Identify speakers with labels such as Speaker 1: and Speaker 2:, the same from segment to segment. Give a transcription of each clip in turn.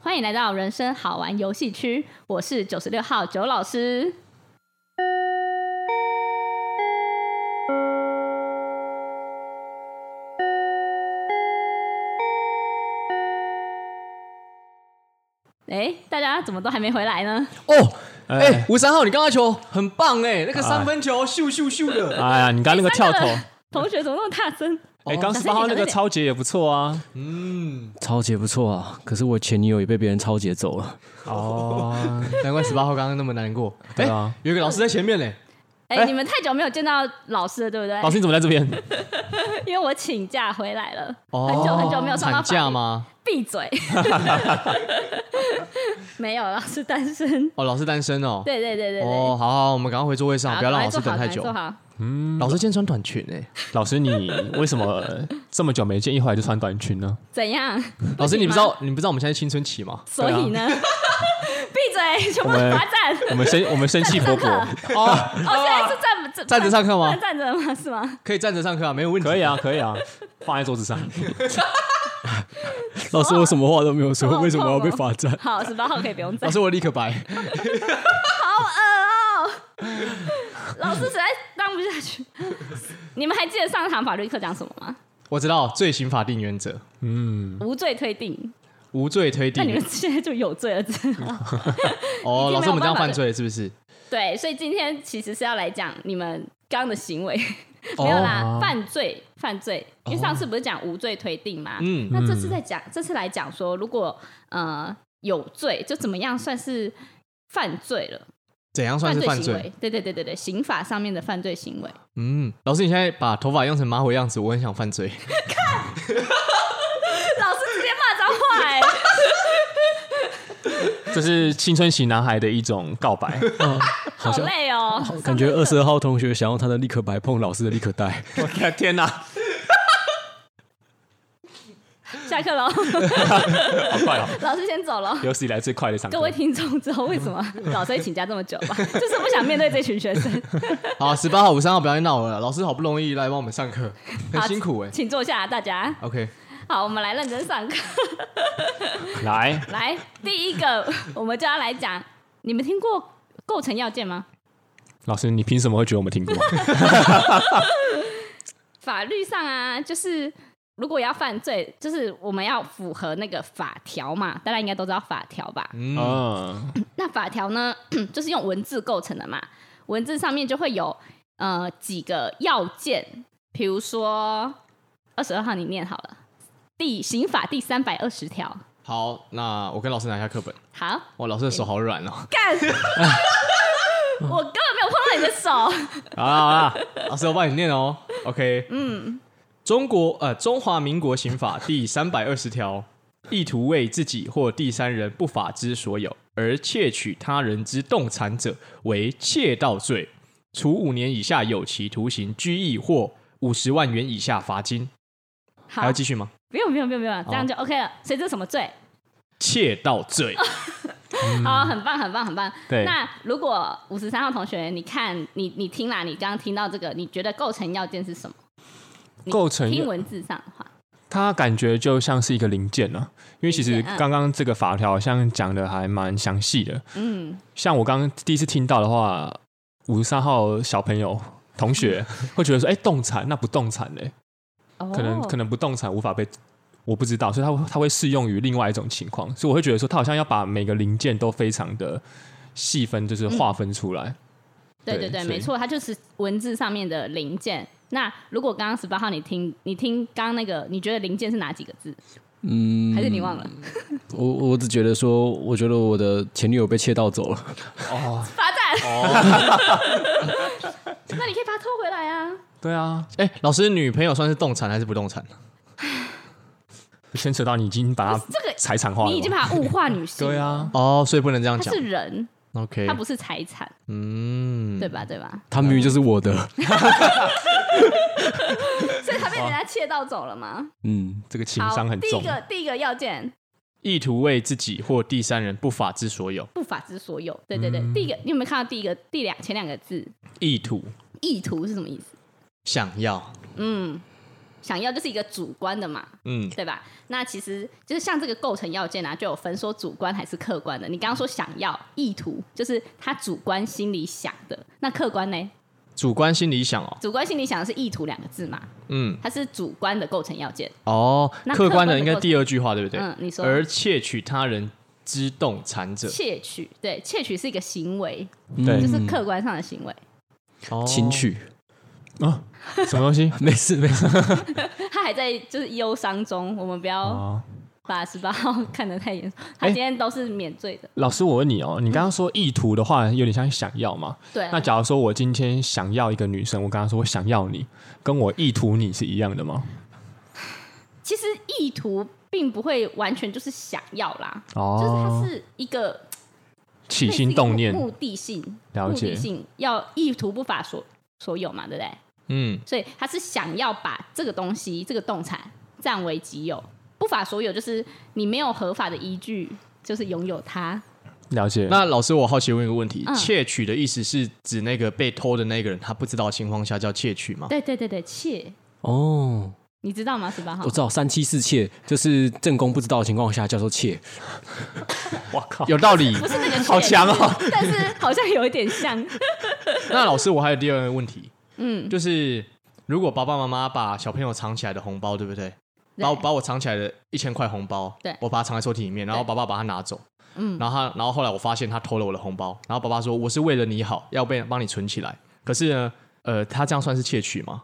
Speaker 1: 欢迎来到人生好玩游戏区，我是九十六号九老师。哎，大家怎么都还没回来呢？
Speaker 2: 哦，
Speaker 3: 哎
Speaker 2: 哎，五三号，你刚刚球很棒哎，那个三分球咻咻咻 的，
Speaker 3: 哎呀，你刚刚那个跳头，
Speaker 1: 同学怎么那么大声？
Speaker 3: 哎，刚
Speaker 1: 小
Speaker 3: 十
Speaker 1: 心
Speaker 3: 八号那
Speaker 1: 小
Speaker 3: 个
Speaker 1: 心
Speaker 3: 超节也不错啊。
Speaker 2: 嗯，
Speaker 4: 超姐不错啊，可是我前女友也被别人超姐走了。
Speaker 3: 哦，
Speaker 2: 难怪十八号刚刚那么难过。
Speaker 3: 对啊
Speaker 2: 哎有一个老师在前面嘞，
Speaker 1: 哎、
Speaker 2: 哎
Speaker 1: 你们太久没有见到老师了，对不对？
Speaker 3: 老师你怎么在这边？
Speaker 1: 因为我请假回来了，
Speaker 2: 哦
Speaker 1: 很久很久没有上到法
Speaker 2: 产假
Speaker 1: 律？
Speaker 2: 吗？
Speaker 1: 闭 嘴！没有，老师单身。
Speaker 2: 哦，老师单身哦。
Speaker 1: 对对对对对。
Speaker 2: 哦，好好，我们赶快回座位上，
Speaker 1: 好
Speaker 2: 不要让
Speaker 1: 赶快
Speaker 2: 老师
Speaker 1: 坐好
Speaker 2: 等太
Speaker 1: 赶快
Speaker 2: 久
Speaker 1: 坐。好，
Speaker 2: 老师今天穿短裙 哎，
Speaker 3: 老师你为什么这么久没见，一回来就穿短裙呢？
Speaker 1: 怎样？
Speaker 2: 老师
Speaker 1: 行
Speaker 2: 你不知
Speaker 1: 吗
Speaker 2: 道你啊不知道我们现在青春期吗？
Speaker 1: 所以呢？ 闭嘴！全部
Speaker 3: 我们
Speaker 1: 罚站。
Speaker 3: 我们生我们生气勃
Speaker 1: 上
Speaker 3: 勃，
Speaker 2: 哦，
Speaker 1: 哦， 现在是站站
Speaker 2: 站着上 课吗
Speaker 1: 站？站着吗？是吗？
Speaker 2: 可以站着上课啊，没有问题。
Speaker 3: 可以啊，可以啊，放在桌 子上。
Speaker 4: 老师，我什么话都没有说
Speaker 1: 好，
Speaker 4: 为什么我要被
Speaker 1: 痛哦
Speaker 4: 罚站？
Speaker 1: 好，十八号可以不用站
Speaker 2: 老。师我立刻白。
Speaker 1: 好恶哦！ 老师实在当不下去。你们还记得上堂法律课讲什么吗？
Speaker 2: 我知道罪刑法定原则，
Speaker 1: 无罪推定。
Speaker 2: 无罪推
Speaker 1: 那你们
Speaker 2: 定。
Speaker 1: 现在就有罪了，知道吗
Speaker 2: 哦，
Speaker 1: 已经没有
Speaker 2: 老师我们这
Speaker 1: 办
Speaker 2: 样
Speaker 1: 法
Speaker 2: 犯罪了是不是？
Speaker 1: 对，所以今天其实是要来讲你们刚刚的行为，
Speaker 2: 哦
Speaker 1: 没有啦，犯罪，犯罪，因为上次不是讲无罪推定吗？
Speaker 2: 嗯
Speaker 1: 那这次在讲，这次来讲说，如果呃有罪，就怎么样算是犯罪了？
Speaker 2: 怎样算是犯
Speaker 1: 行
Speaker 2: 罪？
Speaker 1: 为，对对对对对，刑法上面的犯罪行为。
Speaker 2: 嗯，老师，你现在把头发用成马尾样子，我很想犯 罪。
Speaker 1: 老师直接骂脏 话哎、
Speaker 3: 这是青春期男孩的一种告 白。
Speaker 1: 好累哦，
Speaker 4: 感觉二十二号同学想要他的立刻白碰老师的立刻带。
Speaker 3: 我的天哪，好
Speaker 1: 下课喽，
Speaker 3: 快哦！
Speaker 1: 老师先走了。
Speaker 3: 有史以来最快的一场课
Speaker 1: 各。位听众知道为 什么老师会请假这么久吧？ 就是不想面对这群学生。
Speaker 2: 好，十八号、五三号不要再闹了，老师好不容易来帮我们上课，很辛苦哎、
Speaker 1: 请坐下，大家。
Speaker 2: OK，
Speaker 1: 好，我们来认真上课。
Speaker 3: 来，
Speaker 1: 来，第一个，我们就要来讲，你们听过构成要件吗？
Speaker 3: 老师，你凭什么会觉得我们 听过？
Speaker 1: 法律上啊，就是如果要犯罪，就是我们要符合那个法条嘛，大家应该都知道法条吧？
Speaker 2: 嗯，
Speaker 3: 嗯，
Speaker 1: 那法条呢， 就是用文字构成的嘛，文字上面就会有呃几个要件，比如说二十二号你念好了，第刑法第三百二十条，
Speaker 2: 好，那我跟老师拿一下课本。
Speaker 1: 好，
Speaker 2: 哇，老师的手好软哦，
Speaker 1: 干，我根本没有碰到你的手。
Speaker 3: 好啦好啦，
Speaker 2: 老师我帮你念哦。OK，嗯，中国呃《中华民国刑法》第三百二十条，意图为自己或第三人不法之所有而窃取他人之动产者，为窃盗罪，处五年以下有期徒刑、拘役或五十万元以下罚金。还
Speaker 1: 好
Speaker 2: 要，继续吗？
Speaker 1: 不用不用不用不用，这样就 OK 了。所以这是什么罪？
Speaker 2: 窃盗
Speaker 1: 啊
Speaker 2: 罪。
Speaker 1: 好，哦很棒很棒很棒。
Speaker 3: 嗯对
Speaker 1: 那如果五十三号同学，你看你你听啦，你刚刚听到这个，你觉得构成要件是什么？你
Speaker 3: 构成
Speaker 1: 听文字上的话，
Speaker 3: 它感觉就像是一个零件啊，因为其实
Speaker 1: 零件嗯
Speaker 3: 刚刚这个法条好像讲的还蛮详细的。
Speaker 1: 嗯，
Speaker 3: 像我刚刚第一次听到的话，五十三号小朋友 同学会觉得说：“哎、动产那不动产嘞、
Speaker 1: 哦
Speaker 3: 可能可能不动产无法被。”我不知道，所以它会它会适用于另外一种情况，所以我会觉得说，它好像要把每个零件都非常的细分，就是划分出来。
Speaker 1: 嗯对对
Speaker 3: 对
Speaker 1: 对，
Speaker 3: 所以
Speaker 1: 没错，它就是文字上面的零件。那如果刚刚十八号你听你听刚刚那个，你觉得零件是哪几个字？
Speaker 4: 嗯
Speaker 1: 还是你忘了？
Speaker 4: 我我只觉得说，我觉得我的前女友被窃盗走了。
Speaker 1: 罚站。
Speaker 3: 哦
Speaker 1: 那你可以把它拖回来啊。
Speaker 3: 对啊，
Speaker 2: 哎、老师，女朋友算是动产还是不动产？
Speaker 3: 牵扯到你已经把它
Speaker 1: 这个
Speaker 3: 财产化了嘛，
Speaker 1: 你已经把它物化女性。
Speaker 3: 对，啊，
Speaker 2: 哦，所以不能这样
Speaker 1: 它
Speaker 2: 讲
Speaker 1: 是。人，
Speaker 2: OK，
Speaker 1: 它不是财产，
Speaker 2: 嗯，
Speaker 1: 对吧？对吧？
Speaker 4: 她明明就是我的。
Speaker 1: 所以他被人家窃盗走了吗？
Speaker 4: 嗯，
Speaker 3: 这个情
Speaker 1: 好，
Speaker 3: 商很
Speaker 1: 第
Speaker 3: 重
Speaker 1: 一。个第一个要件，
Speaker 2: 意图为自己或第三人不法之所有，
Speaker 1: 不法之所有。对对对，
Speaker 3: 嗯
Speaker 1: 第一个你有没有看到第一个第两前两个字
Speaker 2: 意图
Speaker 1: 意图是什么意思？
Speaker 2: 想要
Speaker 1: 嗯，想要就是一个主观的嘛，
Speaker 2: 嗯，
Speaker 1: 对吧？那其实就是像这个构成要件啊，就有分说主观还是客观的。你刚刚说想要意图，就是他主观心里想的，那客观呢？
Speaker 2: 主观心理想哦，
Speaker 1: 主观心里想的是意图两个字嘛，
Speaker 2: 嗯，
Speaker 1: 它是主观的构成要件。
Speaker 2: 哦，
Speaker 1: 那
Speaker 2: 客观
Speaker 1: 客观的
Speaker 2: 的应该第二句话对不对？
Speaker 1: 嗯，你说
Speaker 2: 而窃取他人之动残者，
Speaker 1: 窃取，对，窃取是一个行为，
Speaker 3: 对
Speaker 1: 就是客观上的行为，
Speaker 2: 哦
Speaker 4: 嗯情趣，
Speaker 3: 嗯什么东
Speaker 1: 哦
Speaker 3: 西
Speaker 4: 没事没事，
Speaker 1: 他还在就是忧伤中，我们不要
Speaker 3: 啊？
Speaker 1: 把十八 号看得太严重，他
Speaker 3: 哎
Speaker 1: 今天都是免罪的，
Speaker 3: 老师，我问你哦，你刚刚说意图的话，有点像想要嘛？
Speaker 1: 对啊，
Speaker 3: 那假如说我今天想要一个女生，我跟她说我想要你，跟我意图你是一样的吗？
Speaker 1: 其实意图并不会完全就是想要啦，就是它
Speaker 3: 哦，
Speaker 1: 是一个
Speaker 3: 起心动念
Speaker 1: 类似一个目的性，
Speaker 3: 了解
Speaker 1: 目的性要意图不法所所有嘛，对不对？
Speaker 2: 嗯，
Speaker 1: 所以他是想要把这个东西这个动产占为己有，不法所有就是你没有合法的依据，就是拥有它。
Speaker 3: 了解。
Speaker 2: 那老师，我好奇问一个问题：
Speaker 1: 嗯
Speaker 2: 窃取的意思是指那个被偷的那个人他不知道的情况下叫窃取吗？
Speaker 1: 对对对对，窃，
Speaker 4: 哦，
Speaker 1: 你知道吗？十八号
Speaker 4: 我，知道三妻四妾就是正宫不知道的情况下叫做妾，
Speaker 3: 我靠，
Speaker 2: 有道理
Speaker 1: 不。是那个窃
Speaker 3: 好强哦！
Speaker 1: 但是好像有一点像，
Speaker 2: 那老师，我还有第二个问题，
Speaker 1: 嗯，
Speaker 2: 就是如果爸爸妈妈把小朋友藏起来的红包，对不对？
Speaker 1: 对
Speaker 2: 把我把我藏起来的一千块红包，
Speaker 1: 对
Speaker 2: 我把它藏在抽屉里面，然后
Speaker 1: 对
Speaker 2: 爸爸把它拿走，
Speaker 1: 嗯
Speaker 2: 然后他，然后后来我发现他偷了我的红包，然后爸爸说我是为了你好，要被帮你存起来。可是呢，呃，他这样算是窃取吗？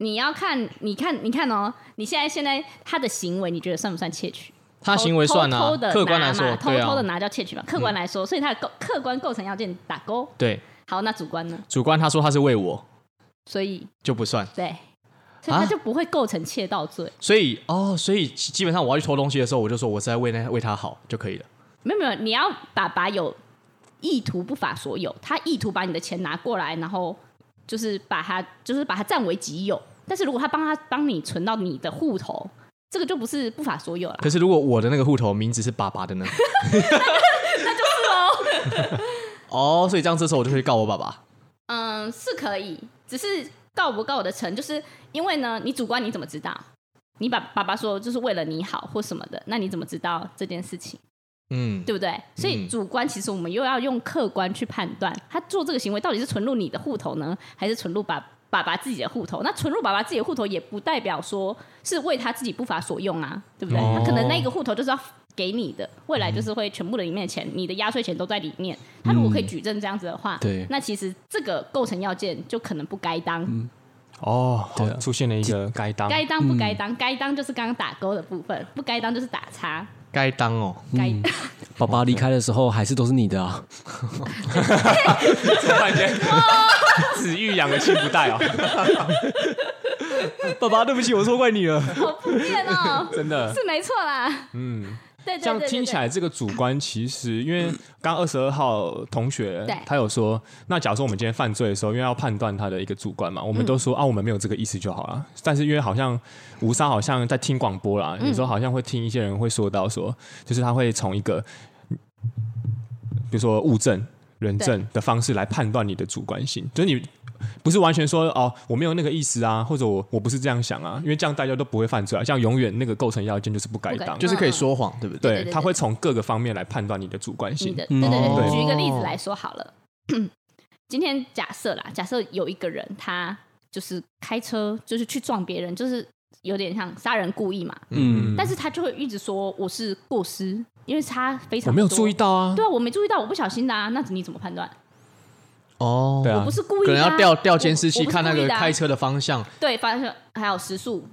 Speaker 1: 你要看，你看，你看哦，你现在现在他的行为，你觉得算不算窃取？
Speaker 2: 他行为算
Speaker 1: 偷
Speaker 2: 啊
Speaker 1: 偷的，
Speaker 2: 客观来
Speaker 1: 拿
Speaker 2: 说，
Speaker 1: 嘛偷
Speaker 2: 对
Speaker 1: 偷的
Speaker 2: 啊，嗯
Speaker 1: 拿叫窃取嘛，客观来说，所以它的构客观构成要件打勾。
Speaker 2: 对，
Speaker 1: 好，那主观呢？
Speaker 2: 主观他说他是为我
Speaker 1: 所以
Speaker 2: 就不算，
Speaker 1: 对，所以它
Speaker 2: 啊
Speaker 1: 就不会构成窃盗罪。
Speaker 2: 所以哦，所以基基本上我要去偷东西的时候，我就说我是在为那为他好就可以了。
Speaker 1: 没有没有，你要爸爸有意图不法所有，他意图把你的钱拿过来，然后就是把它就是把它占为己有。但是如果他帮他帮你存到你的户头，这个就不是不法所有啦。
Speaker 2: 可是如果我的那个户头名字是爸爸的呢？ 那就是 哦。哦，所以这样这时候我就会告我爸爸。
Speaker 1: 嗯，是可以，只是告不告得成，就是因为呢，你主观你怎么知道？你把爸爸说就是为了你好或什么的，那你怎么知道这件事情，
Speaker 2: 嗯，
Speaker 1: 对不对？所以
Speaker 2: 嗯
Speaker 1: 主观其实我们又要用客观去判断，他做这个行为到底是存入你的户头呢，还是存入爸爸爸自己的户头？那存入爸爸自己的户头，也不代表说是为他自己不法所用啊，对不对？
Speaker 2: 哦
Speaker 1: 他可能那个户头就是要给你的，未来就是会全部的里面的钱，你的压岁钱都在里面。他如果可以举证这样子的话，
Speaker 4: 对
Speaker 1: 那其实这个构成要件就可能不该当，
Speaker 3: 哦，好
Speaker 4: 对啊
Speaker 3: 出现了一个该当
Speaker 1: 该当不该当，该当就是刚刚打勾的部分，不该当就是打叉，
Speaker 2: 该当哦。
Speaker 1: 该、
Speaker 4: 爸爸离开的时候还是都是你的啊，
Speaker 3: 突然 间子欲养而亲不待哦，
Speaker 2: 爸爸，对不起，我错怪你 了。
Speaker 1: 好不变哦，
Speaker 3: 真 的。
Speaker 1: 是没错啦，嗯，对对
Speaker 3: 这
Speaker 1: 对
Speaker 3: 样
Speaker 1: 对
Speaker 3: 听起
Speaker 1: 对
Speaker 3: 来，这个主观其实因为刚二十二号同学
Speaker 1: 对
Speaker 3: 他有说，那假如说我们今天犯罪的时候，因为要判断他的一个主观嘛，我
Speaker 1: 嗯
Speaker 3: 们都说、啊，我们没有这个意思就好了。但是因为好像吴莎好像在听广播啦，有时候
Speaker 1: 嗯
Speaker 3: 好像会听一些人会说到说，就是他会从一个比如说物证、人证的方式来判断你的主观性，就是你。不是完全说哦，我没有那个意思啊，或者我我不是这样想啊，因为这样大家都不会犯罪啊，这样永远那个构成要件就是不该
Speaker 1: 不该
Speaker 3: 当，
Speaker 2: 就是可以
Speaker 1: 嗯
Speaker 2: 说谎，对不对？
Speaker 1: 对
Speaker 3: 对，
Speaker 1: 对
Speaker 3: 他
Speaker 1: 对
Speaker 3: 会从各个方面来判断你的主观
Speaker 1: 你
Speaker 3: 性。
Speaker 1: 的，对对对，
Speaker 3: 哦
Speaker 1: 举一个例子来说好了。 今天假设啦，假设有一个人他就是开车，就是去撞别人，就是有点像杀人故意嘛，
Speaker 4: 嗯，
Speaker 1: 但是他就会一直说我是过失，因为他非常
Speaker 3: 我没有
Speaker 1: 多
Speaker 3: 注意到啊，
Speaker 1: 对啊，我没注意到，我不小心的啊，那你怎么判断？
Speaker 2: 哦，
Speaker 3: 对啊
Speaker 1: 我不是故意
Speaker 2: 可
Speaker 1: 的、
Speaker 2: 能
Speaker 1: 啊，
Speaker 2: 要调调监视
Speaker 1: 我
Speaker 2: 器
Speaker 1: 我不是
Speaker 2: 看那
Speaker 1: 故意
Speaker 2: 个
Speaker 1: 的啊
Speaker 2: 开车的方向。
Speaker 1: 对，反正还有时速，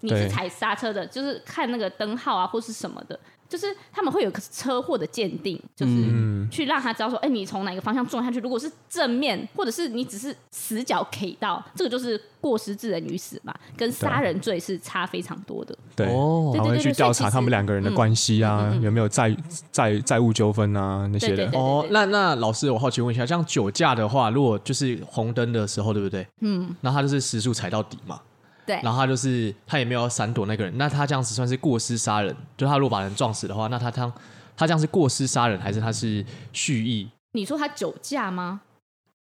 Speaker 1: 你是
Speaker 3: 对
Speaker 1: 踩刹车的，就是看那个灯号啊，或是什么的，就是他们会有个车祸的鉴定，就是去让他知道说，哎、你从哪个方向撞下去，如果是正面，或者是你只是死角 K 到，这个就是过失致人于死嘛，跟杀人罪是差非常多的。
Speaker 3: 对，
Speaker 2: 哦
Speaker 3: 还
Speaker 1: 对
Speaker 3: 会
Speaker 1: 对
Speaker 3: 去
Speaker 1: 对
Speaker 3: 调查他们两个人的关系啊，有没有债债债务纠纷啊那些
Speaker 1: 嗯对对
Speaker 3: 的。
Speaker 1: 对
Speaker 2: 哦，那那老师，我好奇问一下，像酒驾的话，如果就是红灯的时候，对不对？嗯，那他就是时速踩到底嘛，
Speaker 1: 对
Speaker 2: 然后他就是他也没有要闪躲那个人，那他这样子算是过失杀人？就他如果把人撞死的话，那他他他这样是过失杀人，还是他是蓄意？
Speaker 1: 你说他酒驾吗？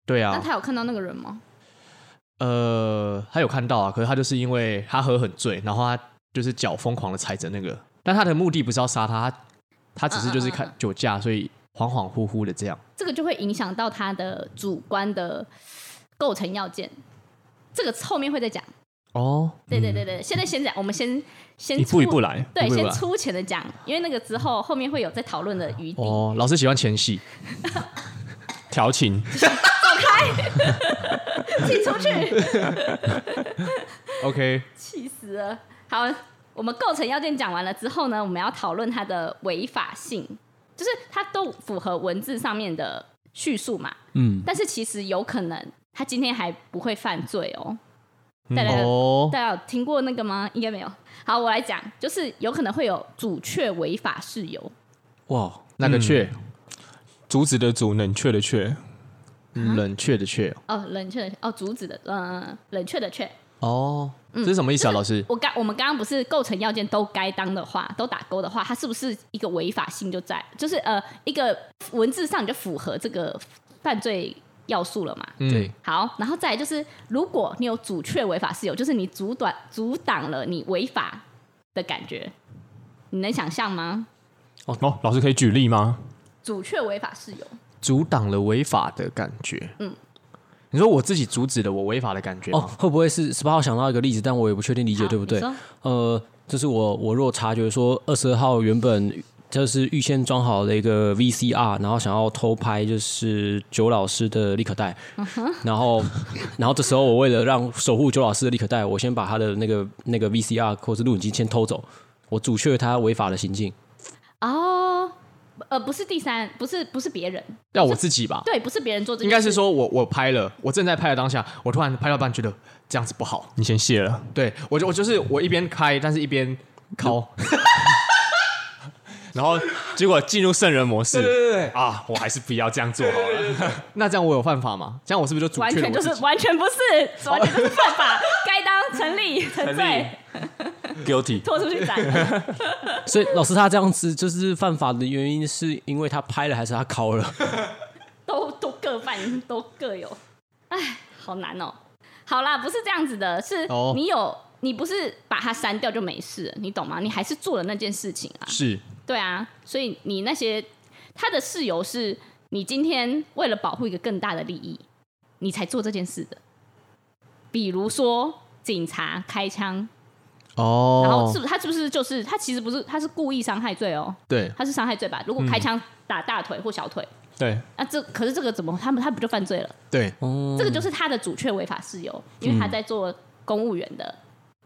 Speaker 2: 对
Speaker 1: 那
Speaker 2: 啊，
Speaker 1: 他有看到那个人吗？
Speaker 2: 呃，他有看到啊，可是他就是因为他喝很醉，然后他就是脚疯狂的踩着那个，但他的目的不是要杀他，他他只是就
Speaker 1: 嗯
Speaker 2: 是
Speaker 1: 嗯嗯
Speaker 2: 看酒驾，所以恍恍惚惚的这样。
Speaker 1: 这个就会影响到他的主观的构成要件。这个后面会再讲。
Speaker 2: 哦，
Speaker 1: 对对对对，现在先讲，我们先先
Speaker 3: 一步一
Speaker 1: 粗
Speaker 3: 步来。
Speaker 1: 对，
Speaker 2: 一步一步
Speaker 1: 先
Speaker 2: 来
Speaker 1: 粗浅的讲，因为那个之后后面会有在讨论的余地。
Speaker 2: 哦，老师喜欢 前戏，
Speaker 3: 调情，
Speaker 1: 请出去，
Speaker 2: OK，
Speaker 1: 气死了！好，我们构成要件讲完了之后呢，我们要讨论它的违法性，就是它都符合文字上面的叙述嘛。
Speaker 4: 嗯，
Speaker 1: 但是其实有可能他今天还不会犯罪哦。大家、
Speaker 2: 哦，
Speaker 1: 大家有听过那个吗？应该没有。好，我来讲，就是有可能会有主确违法事由。
Speaker 4: 哇，
Speaker 2: 那个雀，
Speaker 3: 竹子的竹，冷却的却，
Speaker 2: 嗯冷却的雀，
Speaker 1: 哦，冷却的哦，阻止的，嗯、呃，冷却的却。
Speaker 2: 哦，
Speaker 1: 嗯
Speaker 2: 这是什么意思啊，老师？
Speaker 1: 我刚我们刚刚不是构成要件都该当的话，都打勾的话，它是不是一个违法性就在？就是呃，一个文字上你就符合这个犯罪要素了嘛？
Speaker 2: 嗯
Speaker 4: 对，
Speaker 1: 好，然后再来就是，如果你有阻却违法事由，就是你阻断阻挡了你违法的感觉，你能想象吗？
Speaker 3: 哦，老师可以举例吗？
Speaker 1: 阻却违法事由，
Speaker 2: 阻挡了违法的感觉。嗯，你说我自己阻止了我违法的感觉
Speaker 4: 哦，
Speaker 2: 吗？
Speaker 4: 会不会是十八号想到一个例子，但我也不确定理解
Speaker 1: 好
Speaker 4: 对不对
Speaker 1: 你？说
Speaker 4: 呃，就是我我若察觉说二十二号原本就是预先装好的一个 VCR，然后想要偷拍就是九老师的立可带，然后然后这时候我为了让守护九老师的立可带，我先把他的那个那个 VCR 或是录影机先偷走，我阻却他违法的行径。
Speaker 1: 哦，呃，不是第三，不是不是别人，
Speaker 2: 要我自己吧，
Speaker 1: 对，不是别人做这
Speaker 2: 应
Speaker 1: 件事，
Speaker 2: 该是说我我拍了，我正在拍的当下，我突然拍到半觉得这样子不好，
Speaker 3: 你先谢了，
Speaker 2: 对我就我就是我一边开，但是一边敲，
Speaker 3: 然后结果进入圣人模式
Speaker 2: 对对，
Speaker 3: 啊，我还是不要这样做好了。
Speaker 2: 那这样我有犯法吗？这样我是不是就阻
Speaker 1: 完
Speaker 2: 却了
Speaker 1: 全
Speaker 2: 我
Speaker 1: 就
Speaker 2: 自
Speaker 1: 是
Speaker 2: 己？
Speaker 1: 完全不是，完全就是犯法，该当成立成罪，
Speaker 3: Guilty，
Speaker 1: 拖出去斩。
Speaker 4: 所以老师他这样子就是犯法的原因，是因为他拍了还是他拷了？
Speaker 1: 都都各半，都各有。哎，好难哦。好啦，不是这样子的，是
Speaker 2: 哦
Speaker 1: 你有，你不是把它删掉就没事了，你懂吗？你还是做了那件事情啊。
Speaker 2: 是
Speaker 1: 对啊，所以你那些他的事由是你今天为了保护一个更大的利益，你才做这件事的。比如说警察开枪，
Speaker 2: 哦
Speaker 1: 然后是不是他是不是就是他其实不是他是故意伤害罪哦，
Speaker 2: 对
Speaker 1: 他是伤害罪吧？如果
Speaker 2: 嗯
Speaker 1: 开枪打大腿或小腿，
Speaker 3: 对，
Speaker 1: 那这可是这个怎么他们他不就犯罪了？
Speaker 2: 对
Speaker 1: 这个就是他的主确违法事由，因为他在做公务员的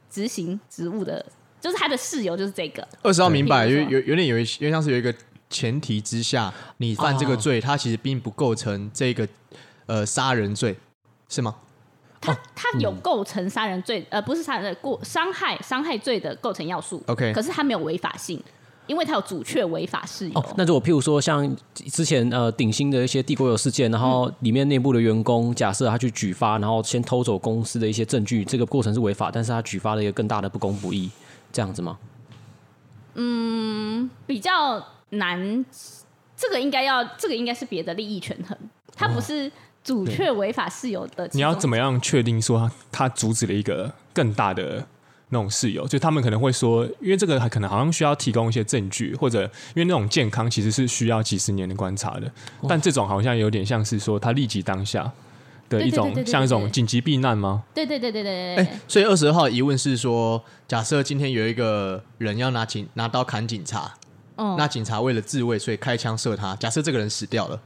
Speaker 1: 执行职务的，就是他的事由就是这个。
Speaker 2: 二十号明白，
Speaker 1: 比
Speaker 2: 有
Speaker 1: 如说
Speaker 2: 有有点有一有点像是有一个前提之下，你犯这个罪，它其实并不构成这个呃杀人罪，是吗？
Speaker 1: 他他有构成杀人罪，呃，不是杀人罪，过伤害伤害罪的构成要素。
Speaker 2: OK
Speaker 1: 可是他没有违法性，因为他有主确违法事由。
Speaker 4: 哦，那如果譬如说像之前呃顶新的一些地国有事件，然后里面内部的员工假设他去举发，然后先偷走公司的一些证据，这个过程是违法，但是他举发了一个更大的不公不义，这样子吗？
Speaker 1: 比较难，这个应该要这个应该是别的利益权衡，他不是主确违法事由的其中。
Speaker 3: 你要怎么样确定说他他阻止了一个更大的那种事由？就他们可能会说，因为这个还可能好像需要提供一些证据，或者因为那种健康其实是需要几十年的观察的，但这种好像有点像是说他立即当下的
Speaker 1: 对对对
Speaker 3: 一
Speaker 1: 对
Speaker 3: 种，
Speaker 1: 对
Speaker 3: 像一
Speaker 1: 对
Speaker 3: 种
Speaker 1: 对
Speaker 3: 紧急避难吗？
Speaker 1: 对？对对对对对
Speaker 2: 哎、
Speaker 1: 对对。嗯
Speaker 2: 所以二十二号的疑问是说，假设今天有一个人要拿警拿刀砍警察，
Speaker 1: 哦
Speaker 2: 那警察为了自卫，所以开枪射他。假设这个人死掉了，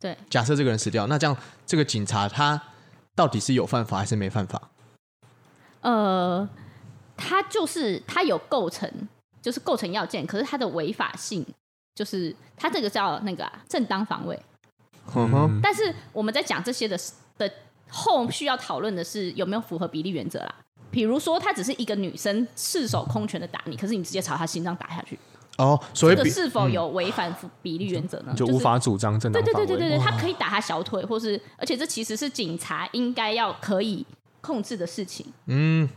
Speaker 1: 对，
Speaker 2: 假设这个人死掉，那这样这个警察他到底是有犯法还是没犯法？
Speaker 1: 呃，它就是它有构成，就是构成要件，可是它的违法性就是它这个叫那个、啊、正当防卫。
Speaker 2: 嗯哼，
Speaker 1: 但是我们在讲这些的的后续要讨论的是有没有符合比例原则啦。比如说，她只是一个女生赤手空拳的打你，可是你直接朝她心脏打下去，
Speaker 2: 哦，所
Speaker 1: 这
Speaker 2: 以
Speaker 1: 个
Speaker 2: 比
Speaker 1: 是否有违反比例原则呢？
Speaker 3: 嗯就无法主张正
Speaker 1: 对
Speaker 3: 当
Speaker 1: 对
Speaker 3: 防
Speaker 1: 对
Speaker 3: 卫。
Speaker 1: 对对对，他可以打他小腿，或是而且这其实是警察应该要可以控制的事情，
Speaker 2: 嗯，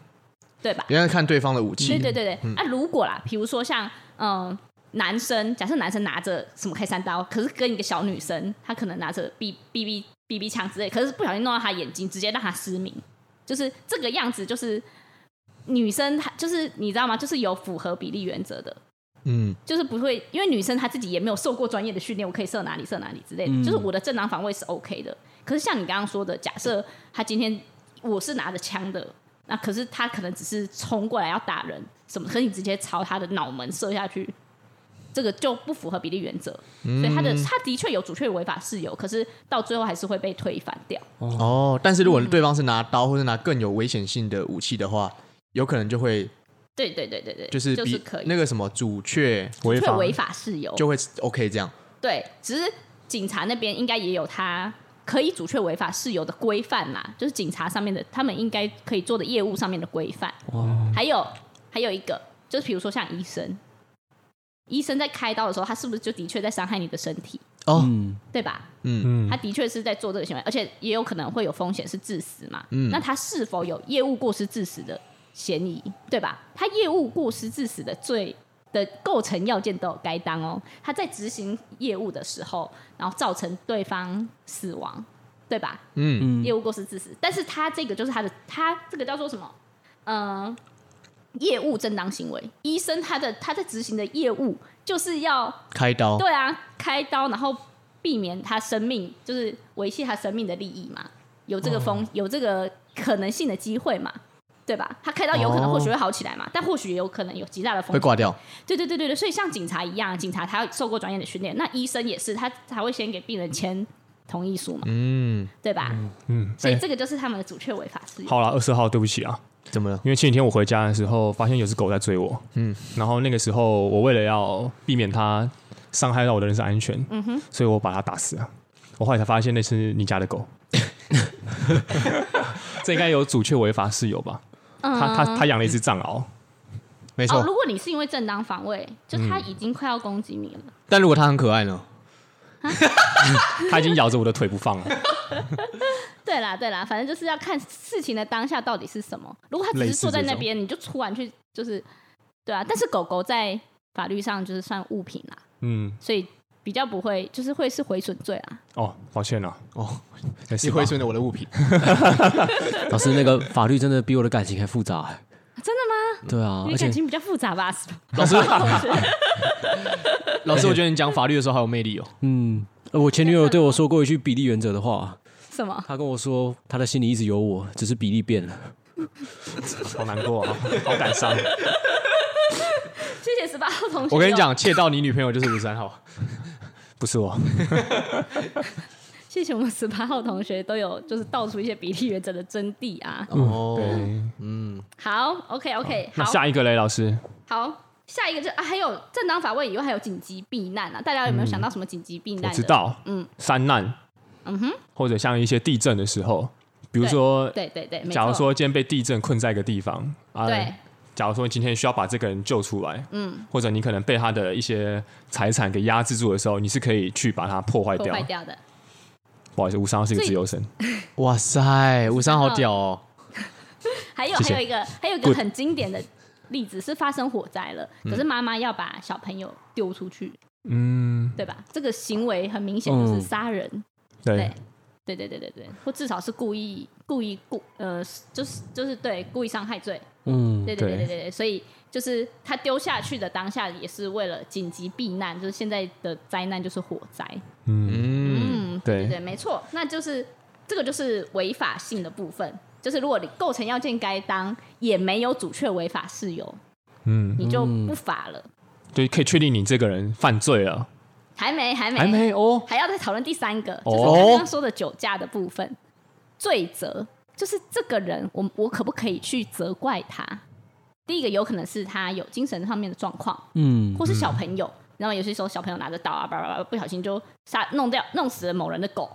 Speaker 1: 对吧？
Speaker 2: 人家看对方的武器，
Speaker 1: 对对对对，啊，如果啦，比如说像嗯、呃男生，假设男生拿着什么开山刀，可是跟一个小女生，她可能拿着 B B B B B 枪之类，可是不小心弄到她眼睛，直接让她失明，就是这个样子，就是女生她就是你知道吗？就是有符合比例原则的，
Speaker 2: 嗯，
Speaker 1: 就是不会，因为女生她自己也没有受过专业的训练，我可以射哪里射哪里之类的，
Speaker 4: 嗯
Speaker 1: 就是我的正当防卫是 OK 的。可是像你刚刚说的，假设他今天我是拿着枪的，那可是他可能只是冲过来要打人什么，可是你直接朝他的脑门射下去，这个就不符合比例原则，
Speaker 2: 嗯
Speaker 1: 所以他的他的确有主确违法事由，可是到最后还是会被推翻掉。
Speaker 2: 哦，但是如果对方是拿刀或者拿更有危险性的武器的话，有可能就会
Speaker 1: 对对对对对，
Speaker 2: 就是
Speaker 1: 就
Speaker 2: 比
Speaker 1: 是可以
Speaker 2: 那个什么主雀
Speaker 3: 违
Speaker 1: 确
Speaker 3: 法
Speaker 1: 违法事由，
Speaker 2: 就会 OK 这样。
Speaker 1: 对，只是警察那边应该也有他可以主确违法事由的规范啦，就是警察上面的他们应该可以做的业务上面的规范。还有还有一个就是，比如说像医生，医生在开刀的时候，他是不是就的确在伤害你的身体，
Speaker 2: 哦，
Speaker 4: 嗯，
Speaker 1: 对吧？
Speaker 2: 嗯
Speaker 3: 嗯
Speaker 1: 他的确是在做这个行为，而且也有可能会有风险是致死嘛。
Speaker 2: 嗯
Speaker 1: 那他是否有业务过失致死的嫌疑，对吧？他业务过失致死的罪的构成要件都有该当哦。他在执行业务的时候，然后造成对方死亡，对吧？
Speaker 2: 嗯
Speaker 1: 业务过失致死，但是他这个就是他的，他这个叫做什么？呃，业务正当行为。医生他的他在执行的业务就是要
Speaker 2: 开刀，
Speaker 1: 对啊，开刀然后避免他生命，就是维系他生命的利益嘛，有这个风、
Speaker 2: 哦
Speaker 1: 有这个可能性的机会嘛，对吧？他开刀有可能
Speaker 2: 哦
Speaker 1: 或许会好起来嘛，但或许也有可能有极大的风
Speaker 2: 会
Speaker 1: 险。
Speaker 2: 挂掉。
Speaker 1: 对对对对对，所以像警察一样，警察他受过专业的训练，那医生也是，他才会先给病人签同意书嘛，
Speaker 2: 嗯，
Speaker 1: 对吧？
Speaker 3: 嗯，
Speaker 1: 所以
Speaker 3: 哎
Speaker 1: 这个就是他们的主确违法事由。
Speaker 3: 好啦，二十号，对不起啊，
Speaker 2: 怎么了？
Speaker 3: 因为前几天我回家的时候，发现有只狗在追我，嗯，然后那个时候我为了要避免它伤害到我的人身安全，嗯哼，所以我把它打死了。我后来才发现那是你家的 狗，这应该有主确违法事由吧？他他他养了一只藏獒，
Speaker 2: 没
Speaker 1: 哦，
Speaker 2: 错。嗯
Speaker 1: 如果你是因为正当防卫，就他已经快要攻击你了，
Speaker 2: 但如果它很可爱呢？
Speaker 3: 它已经咬着我的腿不放了。
Speaker 1: 对啦，对啦，反正就是要看事情的当下到底是什么。如果他只
Speaker 3: 类
Speaker 1: 是
Speaker 3: 似
Speaker 1: 坐在
Speaker 3: 这
Speaker 1: 那
Speaker 3: 种
Speaker 1: 边，你就突然去，就是对啊。但是狗狗在法律上就是算物品啦，
Speaker 3: 嗯，
Speaker 1: 所以比较不会，就是会是毁损罪啊啦。
Speaker 3: 哦，抱歉了，
Speaker 2: 哦，
Speaker 3: 没事
Speaker 2: 是
Speaker 3: 吧
Speaker 2: 会顺着我的物品。
Speaker 4: 老师那个法律真的比我的感情还复杂、欸，
Speaker 1: 啊真的吗？
Speaker 4: 对啊，
Speaker 3: 哦
Speaker 1: 你
Speaker 4: 而
Speaker 1: 的
Speaker 4: 且
Speaker 1: 感情比较复杂吧？是吧
Speaker 2: 老师，老师，我觉得你讲法律的时候好有魅力哦。
Speaker 4: 嗯，呃我前女友对
Speaker 1: 哦
Speaker 4: 我说过一句比例原则的话，
Speaker 1: 什么？
Speaker 4: 她跟我说她的心里一直有我，只是比例变了。
Speaker 3: 好难过啊，好感伤。
Speaker 1: 谢谢十八号同学。
Speaker 2: 我跟你，讲，窃盗你女朋友就是五三号。
Speaker 3: 不是我，
Speaker 1: 谢谢我们十八号同学都有就是道出一些比例原则的真谛啊。
Speaker 2: 哦
Speaker 3: 对。
Speaker 1: 好，OK OK，
Speaker 3: 那
Speaker 1: 好
Speaker 3: 下一个嘞，老师，
Speaker 1: 好。下一个就啊，还有正当防卫以外，还有紧急避难啊！大家有没有想到什么紧急避难
Speaker 3: 嗯我
Speaker 1: 的？
Speaker 3: 知道，
Speaker 1: 嗯
Speaker 3: 嗯，山难，嗯哼，或者像一些地震的时候，比如说，
Speaker 1: 对对对，没
Speaker 3: 假如
Speaker 1: 错
Speaker 3: 说今天被地震困在一个地方，啊
Speaker 1: 对，
Speaker 3: 假如说今天需要把这个人救出来，嗯，或者你可能被他的一些财产给压制住的时候，你是可以去把它破坏
Speaker 1: 破
Speaker 3: 掉
Speaker 1: 坏。掉的，
Speaker 3: 不好意思，吴三号是一个
Speaker 1: 所以
Speaker 3: 自由神，
Speaker 2: 哇塞，五三好屌哦！
Speaker 1: 还有
Speaker 3: 谢谢
Speaker 1: 还有一个还有一个
Speaker 3: Good
Speaker 1: 很经典的例子是发生火灾了，可是妈妈要把小朋友丢出去，
Speaker 3: 嗯，哦
Speaker 1: 对吧？这个行为很明显就是杀人，
Speaker 3: 对
Speaker 1: 对，对对对对对，或至少是故意故意故呃，就是就是对故意伤害罪，
Speaker 4: 嗯，
Speaker 1: 对对对
Speaker 3: 对
Speaker 1: 对对对，所以就是他丢下去的当下也是为了紧急避难，就是现在的灾难就是火灾，
Speaker 3: 嗯，
Speaker 2: 嗯，
Speaker 1: 嗯，
Speaker 3: 对
Speaker 1: 对，没错，那就是这个就是违法性的部分，就是如果你构成要件该当，也没有主确违法事由，
Speaker 3: 嗯，
Speaker 1: 你就不法了。
Speaker 3: 就可以确定你这个人犯罪了，
Speaker 1: 还没，还没，
Speaker 3: 还没哦，
Speaker 1: 还要再讨论第三个，就是
Speaker 3: 哦
Speaker 1: 刚刚说的酒驾的部分，罪责就是这个人，我我可不可以去责怪他？第一个有可能是他有精神上面的状况，
Speaker 4: 嗯，
Speaker 1: 或是小朋友，然后有些时候小朋友拿着刀啊，叭叭叭，不小心就杀弄掉弄死了某人的狗，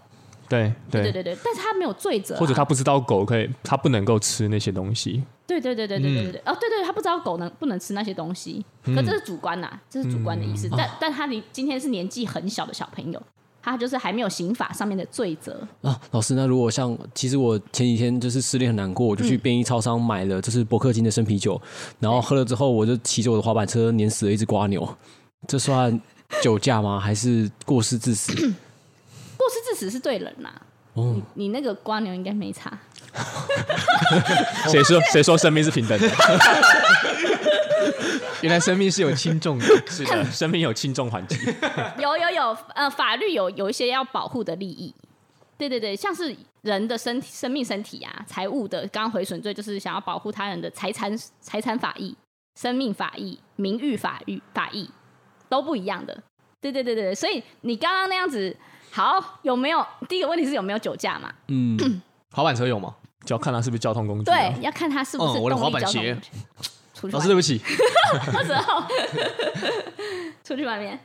Speaker 3: 对
Speaker 1: 对
Speaker 3: 对，
Speaker 1: 对对，但是他没有罪责啊、
Speaker 3: 或者他不知道狗可以，他不能够吃那些东西，
Speaker 1: 对对对对对对对对，哦，对对，他不知道狗能不能吃那些东西，可这是主观呐、这是主观的意思。但但他你今天是年纪很小的小朋友，他就是还没有刑法上面的罪责，
Speaker 4: 啊，老师，那如果像其实我前几天就是失恋很难过，我就去便利超商买了就是伯克金的生啤酒，然后喝了之后，我就骑着我的滑板车碾死了一只瓜牛， 这算酒驾吗？还是过失致死？
Speaker 1: 过失致死是对人呐、
Speaker 4: 哦
Speaker 1: 你你那个瓜牛应该没差，
Speaker 3: 谁 说谁说生命是平等的？
Speaker 2: 原来生命是有轻重的。
Speaker 3: 是的，生命有轻重缓急。
Speaker 1: 有有有，呃，法律有有一些要保护的利益。对对对，像是人的身体、生命、身体啊，财物的，刚刚毁损罪就是想要保护他人的财产、财产法益、生命法益、名誉法益、法益都不一样的。对对对对，对所以你刚刚那样子，好有没有？第一个问题是有没有酒驾嘛？
Speaker 4: 嗯，
Speaker 2: 滑板车有吗？
Speaker 3: 就要看它是不是交通工具、啊
Speaker 1: 对。，，要看他是不是
Speaker 2: 嗯
Speaker 1: 动力
Speaker 2: 我的
Speaker 1: 交
Speaker 2: 滑板
Speaker 1: 通
Speaker 2: 鞋
Speaker 1: 工具出去
Speaker 2: 老
Speaker 1: 外
Speaker 2: 师，对
Speaker 1: 面
Speaker 2: 不起，
Speaker 1: 那时候 出去外面，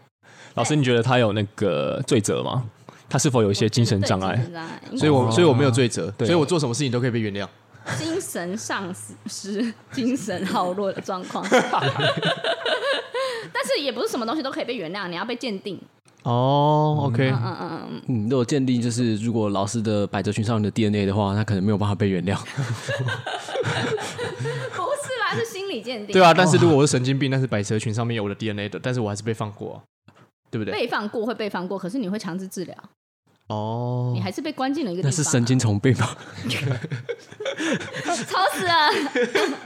Speaker 3: 老师，你觉得他有那个罪责吗？他是否有一些精神障
Speaker 1: 对
Speaker 3: 碍
Speaker 1: 精？神障碍，
Speaker 2: 所以我
Speaker 3: 哦
Speaker 2: 所以我没有罪责，
Speaker 3: 对
Speaker 2: 所以我做什么事情都可以被原谅。
Speaker 1: 精神丧失、精神耗弱的状况。但是也不是什么东西都可以被原谅，你要被鉴定。
Speaker 2: 哦，OK，
Speaker 1: 嗯嗯嗯嗯，
Speaker 4: 嗯，如果鉴定就是如果老师的百褶裙上有你的 DNA 的话，他可能没有办法被原谅。
Speaker 1: 不是啦，是心理鉴定。
Speaker 2: 对啊，但
Speaker 3: 哦
Speaker 2: 是如果我是神经病，但是百褶裙上面有我的 DNA 的，但是我还是被放过啊，对不对？
Speaker 1: 被放过会被放过，可是你会强制治疗，
Speaker 2: 哦
Speaker 1: 你，还是被关进了一个地
Speaker 4: 那
Speaker 1: 方、
Speaker 4: 是神经，虫病吧？
Speaker 1: 吵死了。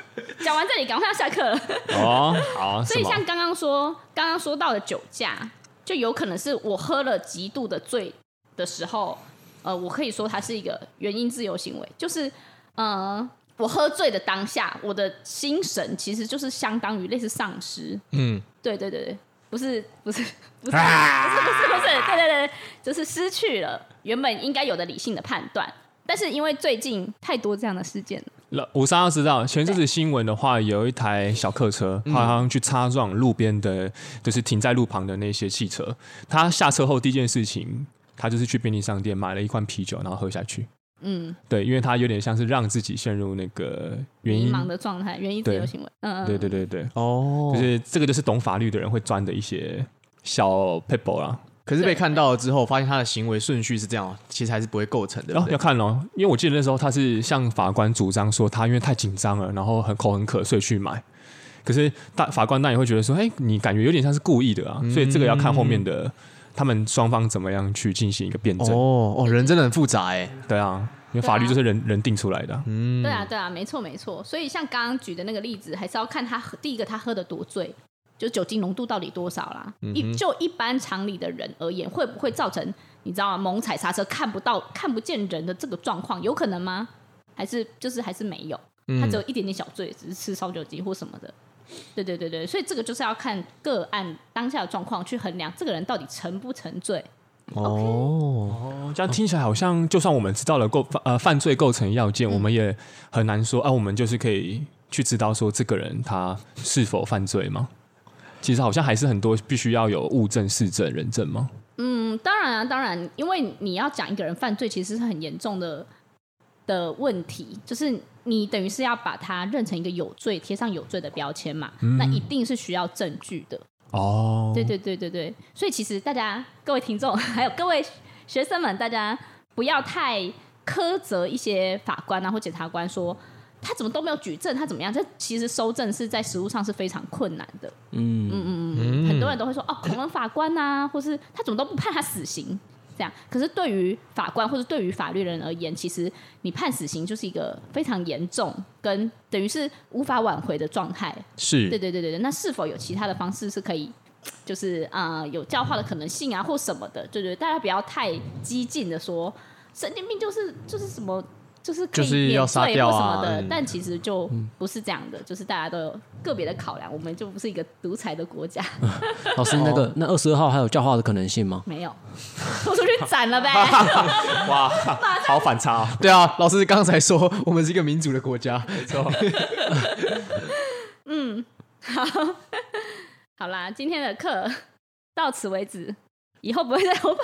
Speaker 1: 讲完这里，赶快要下课了。
Speaker 3: 哦，好，
Speaker 1: 所以
Speaker 3: 什么
Speaker 1: 像刚刚说，刚刚说到的酒驾，就有可能是我喝了极度的醉的时候，呃，我可以说它是一个原因自由行为，就是呃，我喝醉的当下，我的心神其实就是相当于类似丧失。
Speaker 2: 嗯，
Speaker 1: 对对对对，不是不是不是、不是不是不是，
Speaker 3: 啊
Speaker 1: 对对对，对就是失去了原本应该有的理性的判断。但是因为最近太多这样的事件了，
Speaker 3: 老五三要知道，前阵子新闻的话，有一台小客车，
Speaker 1: 嗯
Speaker 3: 它好像去擦撞路边的，就是停在路旁的那些汽车。他下车后第一件事情，他就是去便利商店买了一罐啤酒，然后喝下去。
Speaker 1: 嗯，
Speaker 3: 对，因为他有点像是让自己陷入那个原
Speaker 1: 迷
Speaker 3: 因。
Speaker 1: 茫的状态，原因自由
Speaker 3: 对
Speaker 1: 行为，嗯嗯，
Speaker 3: 对对对对，
Speaker 4: 哦
Speaker 3: 就是这个就是懂法律的人会钻的一些小 p e b l e 啦。
Speaker 2: 可是被看到了之后，发现他的行为顺序是这样，其实还是不会构成的。对
Speaker 3: 哦
Speaker 2: 不，对
Speaker 3: 要看哦，因为我记得那时候他是向法官主张说，他因为太紧张了，然后很口很渴，所以去买。可是大法官那也会觉得说，哎、你感觉有点像是故意的啊，
Speaker 2: 嗯
Speaker 3: 所以这个要看后面的他们双方怎么样去进行一个辩证。
Speaker 2: 哦哦，人真的很复杂哎。
Speaker 3: 对啊，因为法律就是人、人定出来的啊、
Speaker 2: 嗯
Speaker 1: 对啊，对啊，没错没错。所以像刚刚举的那个例子，还是要看他喝第一个他喝的多醉，就酒精浓度到底多少啦。一就一般常理的人而言，会不会造成你知道吗？猛踩刹车看不到、看不见人的这个状况，有可能吗？还是就是还是没有？他只有一点点小醉，只是吃烧酒精或什么的。对对对对，所以这个就是要看个案当下的状况去衡量这个人到底沉不沉醉。
Speaker 4: 哦，
Speaker 3: 哦这样听起来好像，就算我们知道了构呃犯罪构成要
Speaker 2: 嗯
Speaker 3: 件，我们也很难说啊，我们就是可以去知道说这个人他是否犯罪吗？其实好像还是很多必须要有物证、事证、人证吗？
Speaker 1: 嗯，当然啊，当然，因为你要讲一个人犯罪，其实是很严重的的问题，就是你等于是要把他认成一个有罪，贴上有罪的标签嘛，那一定是需要证据的。
Speaker 3: 哦，
Speaker 1: 对对对对对，所以其实大家各位听众，还有各位学生们，大家不要太苛责一些法官啊或检察官说。他怎么都没有举证，他怎么样？这其实收证是在实务上是非常困难的。
Speaker 4: 嗯，
Speaker 1: 很多人都会说哦，恐龙法官呐、或是他怎么都不判他死刑这样。可是对于法官或者对于法律人而言，其实你判死刑就是一个非常严重跟等于是无法挽回的状态。
Speaker 2: 是
Speaker 1: 对对对对对，那是否有其他的方式是可以？就是啊、呃有教化的可能性啊，或什么的，对对，大家不要太激进的说神经病就是就是什么，就是可
Speaker 2: 就
Speaker 1: 以
Speaker 2: 是要
Speaker 1: 免
Speaker 2: 杀
Speaker 1: 罪
Speaker 2: 掉
Speaker 1: 或什
Speaker 2: 啊
Speaker 1: 么的，
Speaker 2: 嗯
Speaker 1: 但其实就不是这样的，就是大家都有个别的考量，我们就不是一个独裁的国家。
Speaker 4: 老师，那个那二十二号还有教化的可能性吗？
Speaker 1: 没有，拖出去斩了呗。
Speaker 3: 哇，好反差、哦。
Speaker 2: 对啊，老师刚才说我们是一个民主的国家，没错。
Speaker 1: 好啦，今天的课到此为止，以后不会再有吧？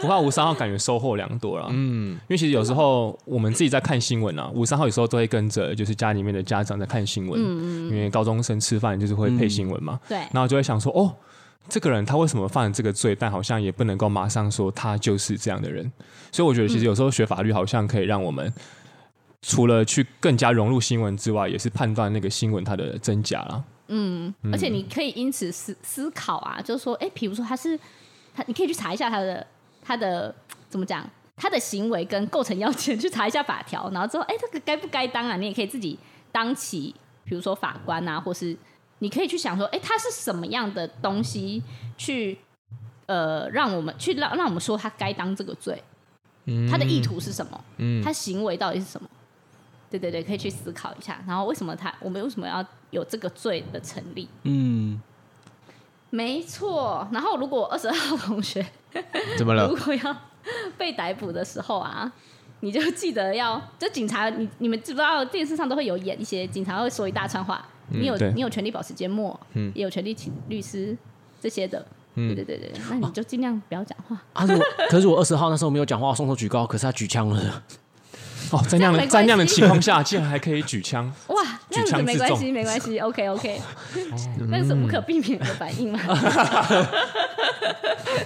Speaker 3: 不过五三号感觉收获良多了，
Speaker 2: 嗯，
Speaker 3: 因为其实有时候我们自己在看新闻啊，五三号有时候都会跟着就是家里面的家长在看新闻，因为高中生吃饭就是会配新闻嘛，
Speaker 1: 对，
Speaker 3: 然后就会想说，哦，这个人他为什么犯了这个罪？但好像也不能够马上说他就是这样的人。所以我觉得，其实有时候学法律好像可以让我们除了去更加融入新闻之外，也是判断那个新闻它的真假啦。
Speaker 1: 而且你可以因此思思考啊，就是说，哎，比如说他是他，你可以去查一下他的他的怎么讲，他的行为跟构成要件去查一下法条，然后之后，哎，这个该不该当啊？你也可以自己当起，比如说法官啊，或是你可以去想说，哎，他是什么样的东西去呃，让我们去让让我们说他该当这个罪，他的意图是什么？
Speaker 2: 嗯
Speaker 1: 他行为到底是什么？对对对，可以去思考一下。然后为什么他我们为什么要有这个罪的成立？
Speaker 4: 嗯，
Speaker 1: 没错。然后如果二十二号同 学
Speaker 2: 怎么
Speaker 1: 如？果要被逮捕的时候啊，你就记得要，就警察，你你们知不知道电视上都会有演一些警察会说一大串话，
Speaker 4: 嗯
Speaker 1: 你有
Speaker 3: 对
Speaker 1: 你有权利保持缄默，
Speaker 2: 嗯
Speaker 1: 也有权利请律师这些的，
Speaker 2: 嗯
Speaker 1: 对对对 对，那你就尽量不要讲话，
Speaker 4: 啊，如果可是我二十号那时候没有讲话，我送头举高，可是他举枪了，
Speaker 3: 哦，在那样
Speaker 1: 这样没关
Speaker 3: 的
Speaker 1: 系
Speaker 3: 在那样的情况下，竟然还可以举枪，
Speaker 4: 哦
Speaker 1: 哇，那样
Speaker 3: 举
Speaker 1: 子
Speaker 3: 枪
Speaker 1: 没
Speaker 3: 自
Speaker 1: 关
Speaker 3: 重
Speaker 1: 系没关 系，OK OK，那
Speaker 4: 哦
Speaker 1: 是无可避免的反应嘛，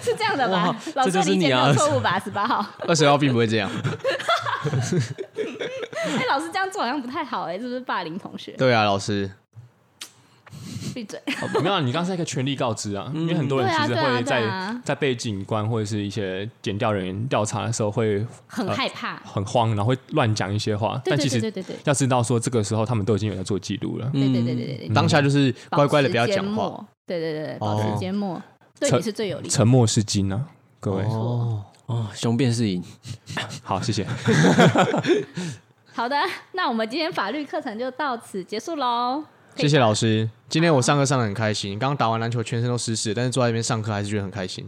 Speaker 1: 是这样的吧
Speaker 4: 嗯哇？
Speaker 1: 老师
Speaker 4: 这就是
Speaker 1: 理解没
Speaker 4: 你啊
Speaker 1: 有错误 吧？十八号，
Speaker 2: 二十号并不会这样。
Speaker 1: 哎，老师这样做好像不太好，哎，是不是霸凌同学？
Speaker 2: 对啊，老师，
Speaker 1: 闭嘴。
Speaker 3: 哦没有啊，你刚才一个权力告知啊，因为很多人其实
Speaker 1: 对啊对啊
Speaker 3: 会
Speaker 1: 对
Speaker 3: 在
Speaker 1: 啊
Speaker 3: 在被警官或者是一些检调人员调查的时候会
Speaker 1: 很
Speaker 2: 啊
Speaker 1: 害怕。
Speaker 3: 很慌，然后会乱讲一些话，
Speaker 1: 对
Speaker 3: 但
Speaker 1: 对
Speaker 3: 其
Speaker 1: 对
Speaker 3: 实
Speaker 1: 对对对
Speaker 3: 要知道说这个时候他们都已经有在做记录了。
Speaker 1: 对对对对对对，
Speaker 2: 当下就是
Speaker 1: 保
Speaker 2: 嗯乖乖的
Speaker 1: 持
Speaker 2: 不要
Speaker 1: 缄
Speaker 2: 讲话。
Speaker 1: 默。对对对对，保
Speaker 2: 哦
Speaker 1: 持缄默，对
Speaker 3: 成
Speaker 1: 你是最有利的。
Speaker 3: 沉默是金啊，各位，
Speaker 4: 哦哦，雄辩是赢，
Speaker 3: 好，谢谢。
Speaker 1: 好的，那我们今天法律课程就到此结束喽。
Speaker 2: 谢谢老师，今天我上课上的很开心，刚刚打完篮球全身都湿湿的，但是坐在那边上课还是觉得很开心。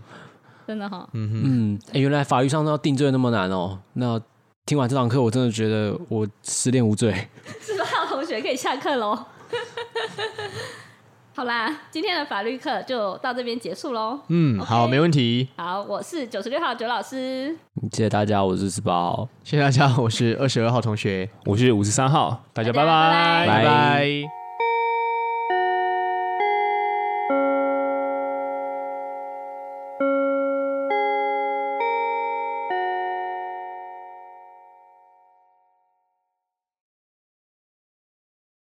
Speaker 1: 真的哈，
Speaker 4: 嗯，哎、原来法律上要定罪那么难哦，那。听完这堂课，我真的觉得我失恋无罪。
Speaker 1: 是吧？同学可以下课喽。 好啦，今天的法律课就到这边结束喽。
Speaker 2: 嗯，
Speaker 1: OK
Speaker 2: 好，没问题，
Speaker 1: 好，我是九十六号九老师，
Speaker 4: 谢谢大家，我是十八号。
Speaker 2: 谢谢大家，我是二十二号同学，
Speaker 3: 我是五十三号，大家拜
Speaker 1: 大家拜拜
Speaker 2: 拜
Speaker 4: 拜
Speaker 2: 拜